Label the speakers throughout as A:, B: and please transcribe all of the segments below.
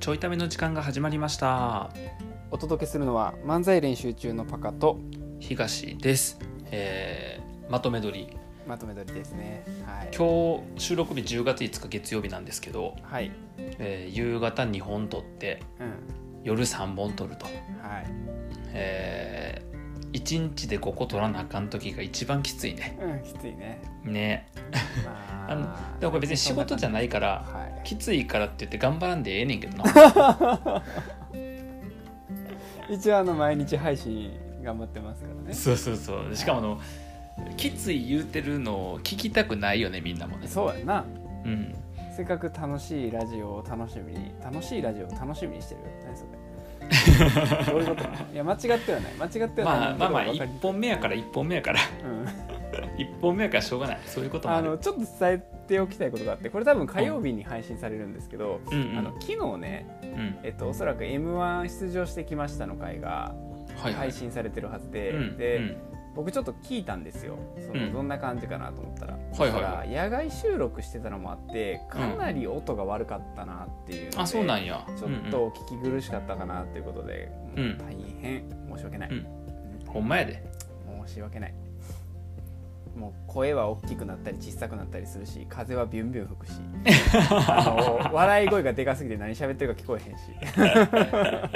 A: ちょいための時間が始まりました
B: お届けするのは漫才練習中のパカと
A: 東です、えー、まとめ撮り
B: まとめ撮りですね。はい。
A: 今日収録日10月5日月曜日なんですけど、
B: はい。
A: えー夕方2本撮って
B: うん。
A: 夜3本撮ると、
B: はい。
A: え1日で5個撮らなあかん時が一番きついね
B: うん、きついね。
A: ね
B: ま
A: あのでもこれ別に仕事じゃ
B: な
A: ないから
B: はい。
A: きついからって言って頑張らんでええねんけどな
B: 一応あの毎日配信頑張ってますからね。
A: そうそうそうしかもあのきつい言うてるのを聞きたくないよねみんなもね
B: そうやな。
A: うん
B: せっかく楽しいラジオを楽しみに楽しいラジオを楽しみにしてる。何それ。どういうことなの？いや間違ってはない。間違っては
A: ま
B: な
A: あ
B: い。
A: まあまあ
B: わか
A: 一
B: り
A: 本目やから一本目やから
B: うん。
A: 一本目やからしょうがないそういうこともあ
B: あ
A: る
B: のちょっと伝えておきたいことがあって、これ多分火曜日に配信されるんですけど、
A: うんうん
B: あの昨日ね。
A: うん
B: えっと、おそらく m 1出場してきましたの回が
A: はいは
B: 配
A: い
B: 信されてるはずで,、
A: うん
B: で
A: うん
B: 僕ちょっと聞いたんですよそ
A: うん
B: のどんな感じかなと思ったら、
A: いはい
B: そしたら野外収録してたのもあってかなり音が悪かったなっていうので、
A: あそうなんや
B: ちょっ
A: うん
B: と聞き苦しかったかなということで、
A: うん
B: もう大変申し訳ない、
A: うんうんほんまやで
B: 申し訳ないもう声は大きくなったり小さくなったりするし風はビュンビュン吹くしあの笑い声がでかすぎて何喋ってるか聞こえへんし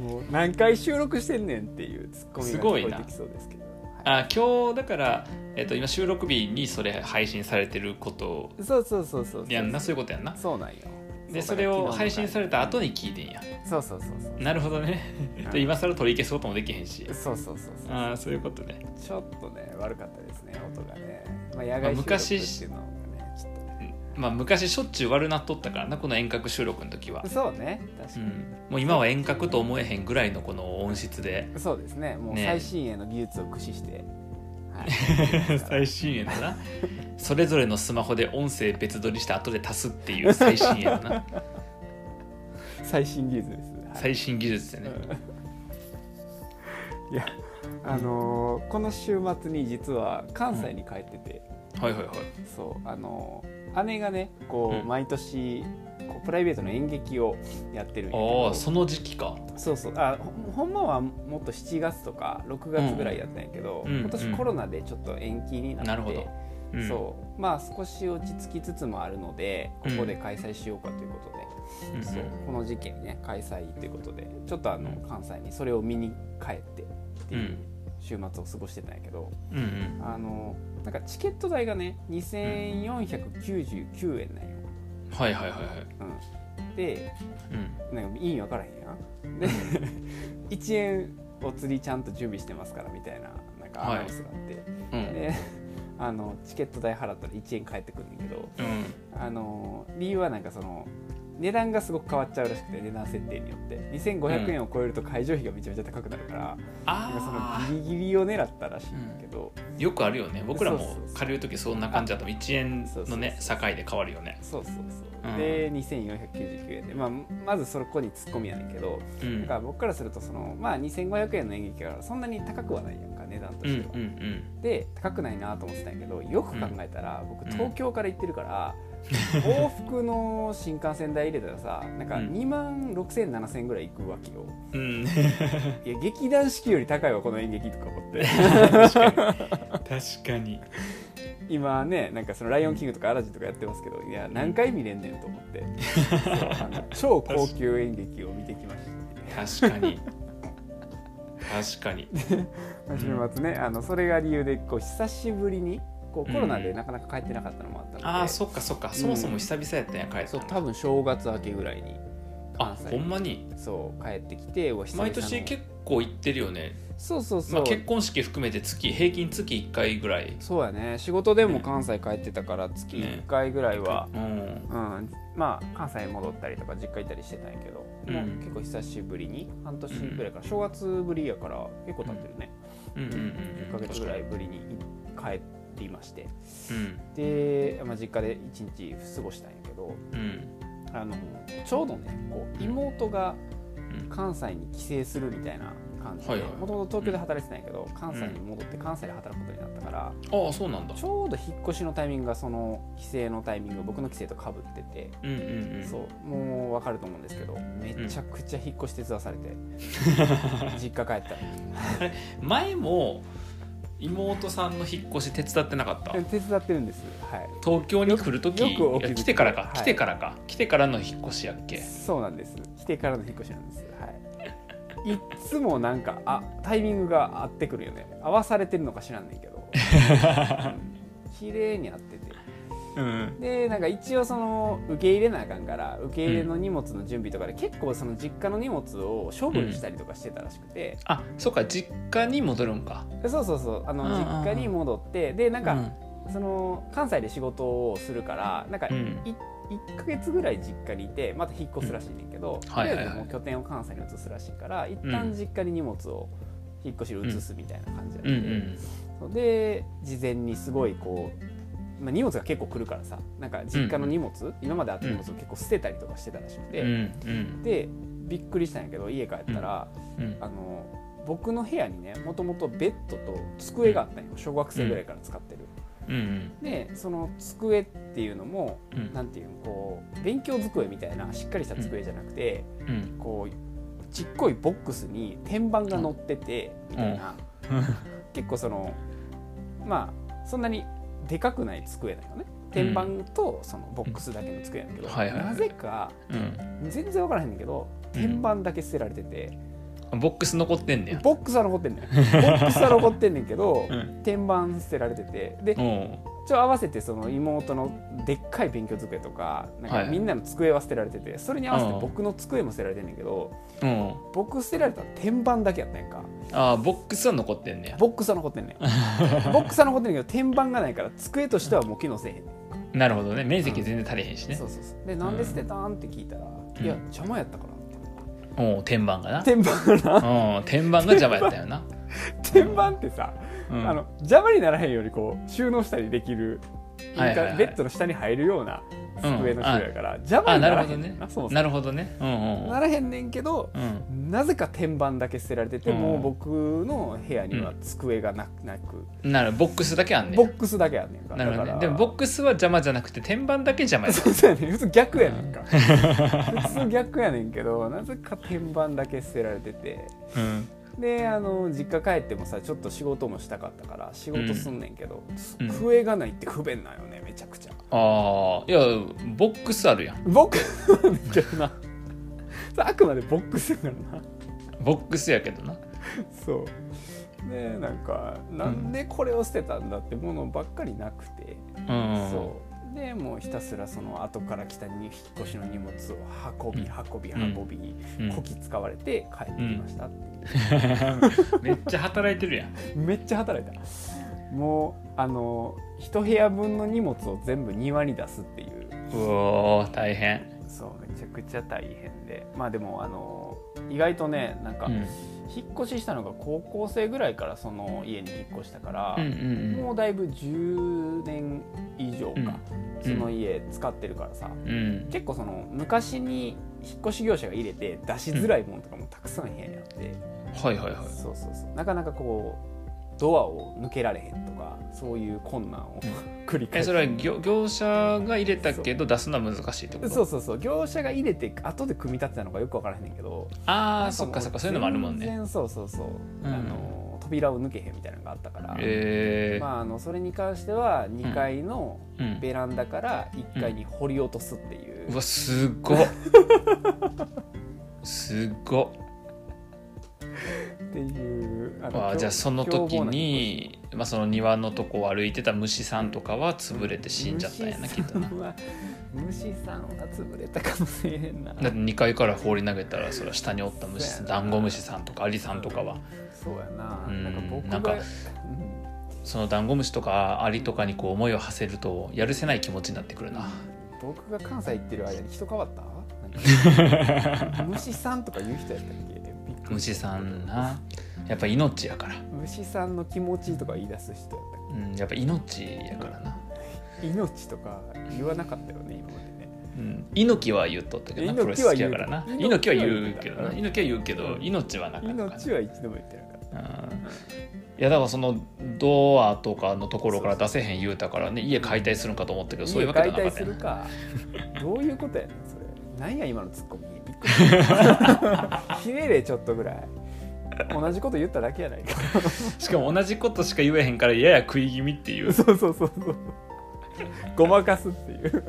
B: もう何回収録してんねんっていうツッコミが
A: すごい
B: 聞
A: な
B: こえてきそうですけどはい
A: あ今日だから、えっと今収録日にそれ配信されてること
B: そうそうそうそう
A: やんな
B: そ
A: そういうことやんな
B: うそうなんよ
A: で
B: そ
A: そう
B: だ
A: れ
B: から
A: を
B: 昨日の
A: 配信された後に聞いてんや
B: そうそうそうそう
A: なるほどね
B: うん
A: で今更取り消そうともできへんし
B: そうそうそうそう
A: ああそういうことね
B: ちょっとね悪かったですね音がね、まあ、野外収録っていうのもねちょっとね
A: まあ昔しょっちゅう悪なっとったからなこの遠隔収録の時は、
B: そうね確
A: う
B: かに、
A: ん、もう今は遠隔と思えへんぐらいのこの音質で
B: そうですね。もう
A: ね
B: 最新鋭の技術を駆使して。 は
A: 最
B: い、
A: 新鋭だなそれぞれのスマホで音声別撮りして後で足すっていう最新鋭だ な
B: 最新技術です。はい、
A: 最新技術でね
B: いや、あのーこの週末に実は関西に帰ってて、
A: はいはいはい
B: そうあのー姉がね、こう、
A: うん
B: 毎年こうプライベートの演劇をやってるんやけ
A: あ
B: ど
A: あその時期か
B: そうそうあほんほんまはもっと7月とか6月ぐらいやったんやけど、
A: うんうん
B: 今年コロナでちょっと延期になって。
A: なるほどうん
B: そうまあ少し落ち着きつつもあるのでここで開催しようかということで、
A: うんうん
B: そうこの時期にね開催ということでちょっとあの
A: うん
B: 関西にそれを見に帰ってって
A: う
B: いうん週末を過ごしてたんやけど、
A: うんうん
B: あのなんかチケット代がね2499円なんよ、
A: はいはいはいはい
B: うん、で
A: うん
B: なんか意味わからへんやんで 1円お釣りちゃんと準備してますからみたいななんかアナウンスがあって、
A: うん
B: であのチケット代払ったら1円返ってくるんだけど
A: うん
B: あの理由はなんかその値段がすごく変わっちゃうらしくて値段設定によって2500円を超えると会場費がめちゃめちゃ高くなるから、なんか
A: あ
B: そのギリギリを狙ったらしいんだけど、
A: あよくあるよね僕ら
B: そう
A: も
B: そうそう
A: 借りる時そんな感じだと1円
B: そうそ
A: の
B: う
A: ね
B: そ
A: 境で変わるよね
B: そうそうそ
A: う
B: う、
A: ん
B: で2499円で、まあ、まずそこに突っ込みやねんけど、
A: うん
B: だから僕からするとその、まあ、2500円の演劇だからそんなに高くはないやんか値段と
A: うんう
B: し
A: ん
B: ては。
A: うん
B: で高くないなと思ってたんやけどよく考えたら、僕
A: うん
B: 東京から行って るから、往復の新幹線代入れたらさなんか
A: うん
B: 2万6千7千ぐらい行くわけよ。
A: うん
B: いや劇団四季より高いわこの演劇とか思って
A: 確かに
B: 今ねなんかその「ライオンキング」とか「アラジン」とかやってますけどいや何回見れんねんと思 って、そうあの超高級演劇を見てきました
A: 確かに確かに
B: まあ週末ねあのそれが理由でこう久しぶりにこうコロナでなかなか帰ってなかったのもあったので、
A: ああそっかそっかそもそも久々やったんや帰った
B: そう
A: の
B: 多分正月明けぐらいに
A: あ
B: 関西
A: ほんまに
B: そう帰ってきてうわ久々
A: 毎
B: の
A: 年結構行ってるよね、
B: そうそうそう、
A: まあ、結婚式含めて月平均月1回ぐらい、
B: そうやね仕事でも関西帰ってたから月1回ぐらいは、
A: うん、
B: うん、まあ関西に戻ったりとか実家行ったりしてたんやけど、
A: うん
B: もう結構久しぶりに半年ぐらいから、正月ぶりやから結構経ってるね、
A: うんうんうん
B: 1
A: うん
B: ヶ月ぐらいぶりに帰っていまして
A: うん
B: で、まあ、実家で一日過ごしたんやけど
A: うん
B: あのちょうどねこう妹が
A: うん
B: 関西に帰省するみたいな感じ
A: は
B: で
A: いはい
B: もともと東京で働いてたんやけど、関西に戻って関西で働くことになったから、
A: ああそうなんだ
B: ちょうど引っ越しのタイミングがその帰省のタイミング僕の帰省とかぶってて、
A: うんうんうん
B: そうもう分かると思うんですけどめちゃくちゃ引っ越し手伝わされ て、実家帰った
A: 前も妹さんの引っ越し手伝ってなかった
B: ら手伝ってるんですはい
A: 東京に来る時
B: よくよくお気づき
A: いや来てからか、
B: はい
A: 来てからか来てからの引っ越しやっけ
B: そうなんです来てからの引っ越しなんですはいいっつもなんかあタイミングが合ってくるよね合わされてるのか知らんねんけど うん綺麗に合ってて
A: うん
B: でなんか一応その受け入れなあかんから受け入れの荷物の準備とかで結構その実家の荷物を処分したりとかしてたらしくて、
A: あそうか実家に戻るんか
B: でそうそうそうあの
A: うんうんうん
B: 実家に戻ってでなんか、
A: うん
B: その関西で仕事をするからなんか
A: うん
B: い1か月ぐらい実家にいてまた引っ越すらしいねんけど、
A: うんはいはいはい
B: とりあえずもう拠点を関西に移すらしいから一旦実家に荷物を引っ越しに移すみたいな感じ
A: うんう
B: で、
A: ん
B: そうで事前にすごいこう、まあ、荷物が結構来るからさなんか実家の荷物、今まであった荷物を結構捨てたりとかしてたらしく
A: う
B: て、
A: ん
B: でびっくりしたんやけど家帰ったら、
A: うん
B: あの僕の部屋にねもともとベッドと机があったんよ小学生ぐらいから使ってる。
A: うん
B: でその机っていうのも
A: うんうん
B: なんていうのこう勉強机みたいなしっかりした机じゃなくて、
A: うん
B: こうちっこいボックスに天板が乗ってて、みたいな、結構そのまあそんなにでかくない机だよね天板とそのボックスだけの机やねんだけ
A: う
B: ど、
A: んはいはいはい
B: なぜか
A: うん
B: 全然分からへんねんけど天板だけ捨てられてて、
A: あ ボックス残ってんねや
B: ボックスは残ってんねんボックスは残ってんねんけど、
A: うん
B: 天板捨てられててで
A: お
B: ちょ合わせてその妹のでっかい勉強机とかなん
A: は
B: か
A: い
B: みんなの机は捨てられててそれに合わせて
A: うん
B: 僕の机も捨てられてんねんけど
A: うんうん
B: 僕捨てられたの天板だけやったん やんか
A: あーボックスは残ってんねや
B: ボックスは残ってんねん ボックスは残ってんねんけど天板がないから机としてはもう機能せえへんねん
A: なるほどね面積全然足りへんしね
B: そうそうそうでなんで捨てたんって聞いたら「
A: ん
B: いや邪魔やったから」って
A: お天板がな
B: 天板な
A: うん天板が邪魔やったよ な
B: 天板ってさ、
A: うん
B: あの邪魔にならへんよりこう収納したりできる、
A: はいはいはい
B: ベッドの下に入るような机の種類やから、邪魔
A: あ
B: にな
A: な
B: ら
A: る
B: へ
A: ほど
B: んね
A: ね
B: んなそもそも
A: なるほどねうんうん
B: ならへんねんけど
A: うんうん
B: なぜか天板だけ捨てられてて、
A: うん
B: もう僕の部屋には机がなくなく、
A: なるボックスだけあんね
B: ボ
A: ん
B: ックスだけやねんか
A: なるほど
B: だ
A: ね
B: から
A: でもボックスは邪魔じゃなくて天板だけ邪魔やった
B: そうそうやねん普通逆や ねんか、普通逆やねんけどなぜか天板だけ捨てられてて
A: うん
B: であの実家帰ってもさちょっと仕事もしたかったから仕事すんねんけど、机がないって不便なんよねめちゃくちゃ
A: ああいやボックスあるやん
B: ボックスなんだけどな それあくまでボックスやからな
A: ボックスやけどな
B: そうでなんかなんでこれを捨てたんだってものばっかりなくて、
A: うん
B: そうでもうひたすらその後から来たに引っ越しの荷物を運び運び
A: うん
B: 運び、
A: うん
B: こき使われて帰ってきましたっていう、
A: めっちゃ働いてる やん
B: めっちゃ働いたもうあの一部屋分の荷物を全部庭に出すっていう
A: うおー大変
B: そうめちゃくちゃ大変でまあでもあの意外とねなんか
A: うん
B: 引っ越ししたのが高校生ぐらいからその家に引っ越したから、
A: うんうん
B: もうだいぶ10年以上か、
A: うん
B: その家使ってるからさ、
A: うんうん
B: 結構その昔に引っ越し業者が入れて出しづらいものとかもたくさん部屋にあって、
A: はいはいはい
B: そうそうそうなかなかこうドアを抜けられへんとかそういう困難を 繰り
A: え
B: 返
A: そ
B: す
A: れは業業者が入れたけど出すのは難しいってこと
B: そうそうそう業者が入れて後で組み立てたのかよくわからへんねんけど
A: ああそっかそっかそういうのもあるもん
B: 全
A: ね
B: 然そうそうそう、
A: うん
B: あの扉を抜けへんみたいなのがあったから、
A: えー
B: まあ、あのそれに関しては2階の
A: うん
B: ベランダから1階に掘り落とすっていう、
A: うわすっ ごっすっごっ
B: っていうあの
A: わあ
B: 凶
A: じゃあその時
B: 凶暴な
A: に、まあ、その庭のとこを歩いてた虫さんとかは潰れて死んじゃったんやなきっとなだ
B: 虫さんは虫さんは潰れたかもしれんな
A: って2階から放り投げたらそれは下におった虫さん
B: そうや
A: ダ
B: な
A: ンゴムシさんとかアリさんとかは
B: そうやな,、
A: うん
B: なんか僕が
A: なんか
B: うん
A: そのダンゴムシとかアリとかにこう思いを馳せるとやるせない気持ちになってくるな
B: 僕が関西行ってる間に人変わったなんか虫さんとか言う人やったっけびっくりし
A: 虫さんなやっぱ命やから、
B: た虫さんの気持ちとか言い出す人やったっ
A: うん、やっぱ命やからな
B: け命とか言わなかったよね今までね
A: うん、猪木は言っとったけどなプロレ
B: 猪木
A: ス
B: は
A: 好き
B: 言
A: や
B: う
A: からな猪木は
B: 猪木は言う
A: 言うけどな
B: うん
A: 猪木は言うけど命はなかなか
B: 命は一度も言ってなかった
A: なうんいやだからそのドアとかのところから出せへん言うたからね家解体するんかと思ったけどそういう
B: 家
A: わけじ
B: 解
A: ゃなかっ
B: 体
A: た
B: す
A: よ
B: る
A: な
B: かどういうことやねんそれなんや今のツッコミ びっくりしたひねれちょっとぐらい同じこと言っただけやないか
A: しかも同じことしか言えへんからやや食い気味っていう
B: そうそうそうそうごまかすっていう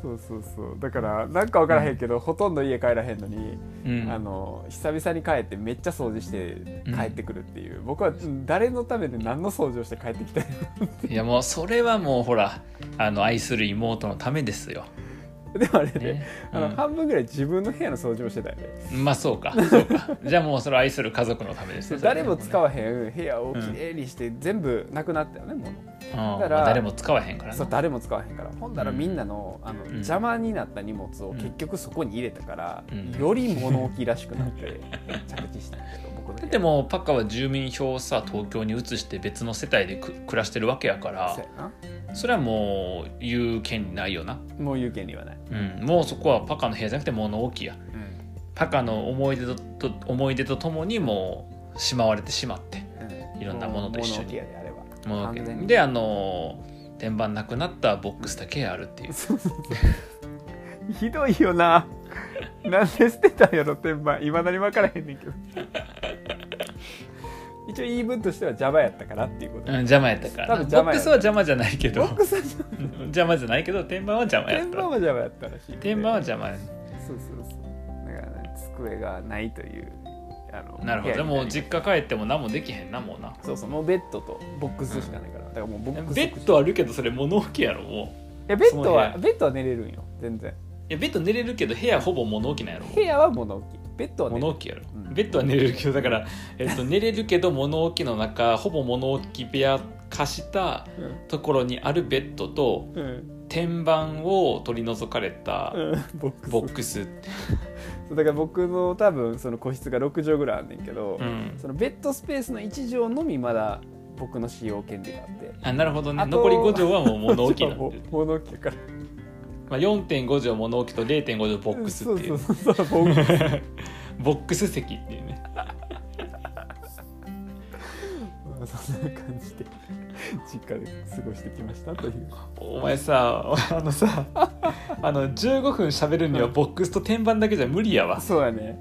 B: そうそうそうだからなんか分からへんけど、ほとんど家帰らへんのに、
A: うん
B: あの久々に帰ってめっちゃ掃除して帰ってくるっていう、僕はうん誰のためで何の 掃除をして帰ってきたんや
A: いやもうそれはもうほらあの愛する妹のためですよ、
B: ろ でもあれね
A: ね
B: あの半分ぐらい自分の部屋の掃除をしてたよね
A: うんまあそうかそうかじゃあもうそれは愛する家族のためですよ
B: 誰も使
A: わ
B: わへん部屋をきれいにして全部なくなったよねもう
A: へん、うん
B: だから
A: まあ誰も使わへんから
B: そう
A: な
B: 誰も使わへんからほんだらみんなのあの
A: ん
B: 邪魔になった荷物を結局そこに入れたから
A: うん
B: より物置らしくなって着地したんだけど僕の部
A: だ
B: 屋
A: ってもうパカは住民票をさ東京に移して別の世帯でく暮らしてるわけやか
B: そう
A: ら
B: やな
A: それはもう言う権利ないよな、
B: もう言う権利はない、
A: うん、もうそこはパカの部屋じゃなくて物置や
B: うん
A: パカの思い出とと思い出とともにもうしまわれてしまって
B: うん
A: いろんなものと一緒に
B: 物置やであれは
A: 物置
B: 完全に
A: であの天板なくなったボックスだけあるっていう
B: ひどいよな なんで捨てたんやろ天板いまだに分からへんねんけど 一応言い分としては邪魔やったからっていうこと
A: うん、邪魔やったから
B: 多分
A: なボ
B: 邪
A: ッ
B: 魔
A: ク
B: や
A: スは邪魔じゃないけど
B: ボックスは邪魔
A: 邪魔じゃないけど天板は邪魔やっ
B: 天板は
A: た
B: 邪魔やったらしい
A: 天板は邪魔や
B: そうそうそうだから、ね、机がないというあの
A: なるほどで
B: 部屋にな
A: もう
B: り
A: 実家帰っても何もできへんなもうな
B: そうそうもうベッドとボックスしかないから、だからもうボックス
A: ベッドあるけどそれ物置やろもう
B: いやベッ
A: そ
B: ド
A: の
B: は
A: 部
B: ベッドは寝れるんよ全然
A: いやベッド寝れるけど部屋ほぼ物置なんやろも
B: 部屋は物置ベッ
A: う
B: ドは寝
A: 物
B: れる
A: 置やろ、
B: うん
A: ベッドは寝れるけどだから、 えっと、寝れるけど物置の中ほぼ物置部屋化したところにあるベッドと
B: うん、うん
A: 天板を取り除かれた
B: うん、 ボックス
A: ボックス、
B: そうだから僕の多分その個室が6畳ぐらいあんねんけど、
A: うん、
B: そのベッドスペースの1畳のみまだ僕の使用権利があって
A: あなるほどね
B: あと
A: 残り5畳はもう物置なん
B: も
A: で
B: う 物置やから
A: まあ、4.5畳物置と0.5畳ボックスっていう,、
B: そうそうそうそうボックス
A: ボックス席っていうね
B: まあそんな感じで実家で過ごしてきましたという
A: お前さ あのさあの15分喋るにはボックスと天板だけじゃ無理やわ
B: そうやね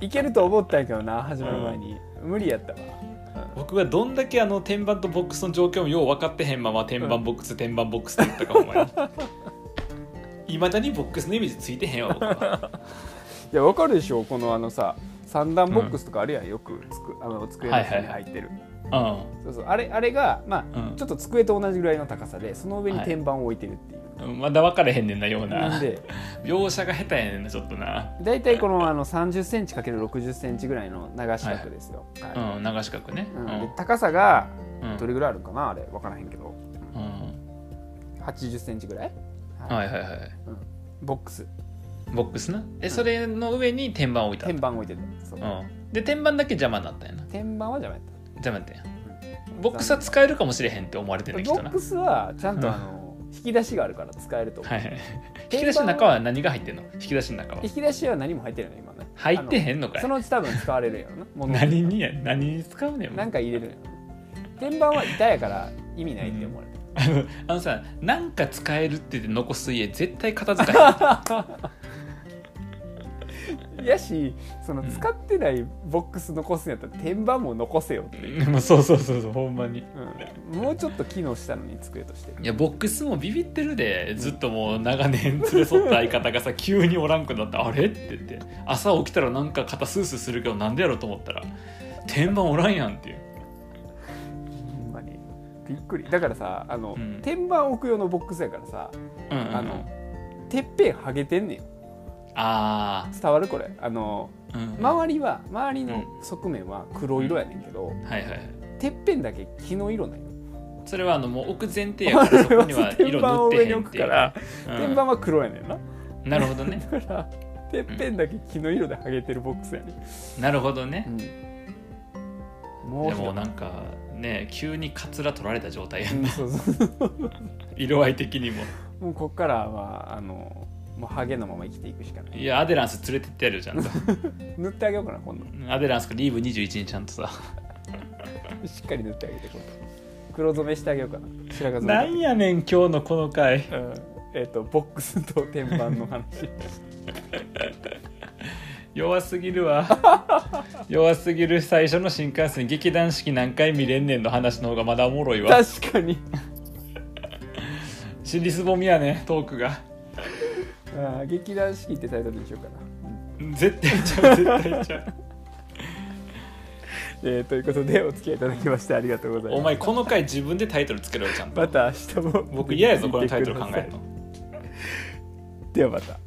B: いけると思ったんやけどな始まる前に、無理やったわ
A: 僕がどんだけあの天板とボックスの状況もよう分かってへんまま天板ボックス、天板ボックスって言ったかお前 いまだにボックスのイメージついてへんわ僕 は
B: いやわかるでしょこのあのさ三段ボックスとかあるやん、よくつくあの机の下に入ってる、そうそうあれあれがまあ、
A: うん
B: ちょっと机と同じぐらいの高さでその上に
A: はい
B: 天板を置いてるっていう、
A: うんまだ分からへんねんなよう
B: なん
A: な
B: で
A: 描写が下手やねんなちょっとな
B: 大体このあの30センチ ×60 センチぐらいの流し角ですよ、はい
A: うん長四角ね
B: うんで高さが
A: うんうん
B: どれぐらいあるんかなあれわからへんけど
A: うん
B: 80センチぐらい、はい
A: はいはいはい
B: ボックス
A: ボックスなえそれの上に天板置いた
B: 天板置いてるそう、
A: うん、で天板だけ邪魔になったんやな
B: 天板は邪魔やった
A: 邪魔やったんやボックスは使えるかもしれへんって思われてるねきっ
B: ボ
A: と
B: ッ
A: な
B: クスはちゃんとあの、引き出しがあるから使えると思う、
A: はい はい引き出しの中は何が入ってんの引き出しの中は
B: 引き出しは何も入ってるの今ね
A: 入ってへ
B: ん
A: んのかい
B: そのうち多分使われるやろ な物に
A: 何にや何に使うねん
B: なん
A: もう
B: か入れるんやろな天板は板やから意味ないって思われてる、
A: あのあのさなんか使えるって言って残す家絶対片付か
B: やしその使ってないボックス残すんやったら天板も残せよって
A: へん もうそうそうそうそうほんまに
B: うんもうちょっと機能したのに机として
A: いやボックスもビビってるでずっともう長年連れ添った相方がさ急におらんくなったあれ?」って言って朝起きたらなんか肩スースーするけどなんでやろうと思ったら天板おらんやんっていう
B: ほんまにびっくりだからさあの、
A: うん
B: 天板置く用のボックスやからさ
A: うんうんうん
B: あのてっぺんはげてんねん
A: あ
B: 伝わるこれあの
A: あ、うんは
B: 周りは周りの側面は黒色やねんけど、
A: いはいはい
B: てっぺんだけ木の色なんよ
A: それはあのもう置く前提や からそこには色塗ってへんっていう
B: 天板を上に置くから
A: うん
B: 天板は黒やねんな、
A: なるほどね
B: だからてっぺんだけ木の色でハゲてるボックスやね
A: なるほど
B: ん
A: ね、
B: もう
A: でも
B: ひ
A: なんかね急にカツラ取られた状態や
B: うんそうそうそう
A: 色合い的にも
B: もうこっからはあのもうハゲのまま生きていくしかない
A: いやアデランス連れてってやるよちゃん と
B: 塗ってあげようかな今度
A: アデランスかリーブ21にちゃんとさ
B: しっかり塗ってあげて今度黒染めしてあげようかな白髪
A: な
B: 染
A: ん
B: め
A: やねん今日のこの回
B: うんえっ、とボックスと天板の話
A: 弱すぎる わ弱すぎる最初の新幹線劇団四季何回見れんねんの話の方がまだおもろいわ
B: 確かに
A: 尻すぼみやねトークが
B: あー劇団四季ってタイトルにしようかな、
A: 絶対ちゃう絶対ちゃ う
B: えーということでお付き合いいただきましてありがとうございます
A: お前この回自分でタイトルつけろよちゃんと
B: また明日も
A: 僕嫌やぞこのタイトル考
B: 見
A: え
B: て
A: る
B: くださ
A: の
B: いではまた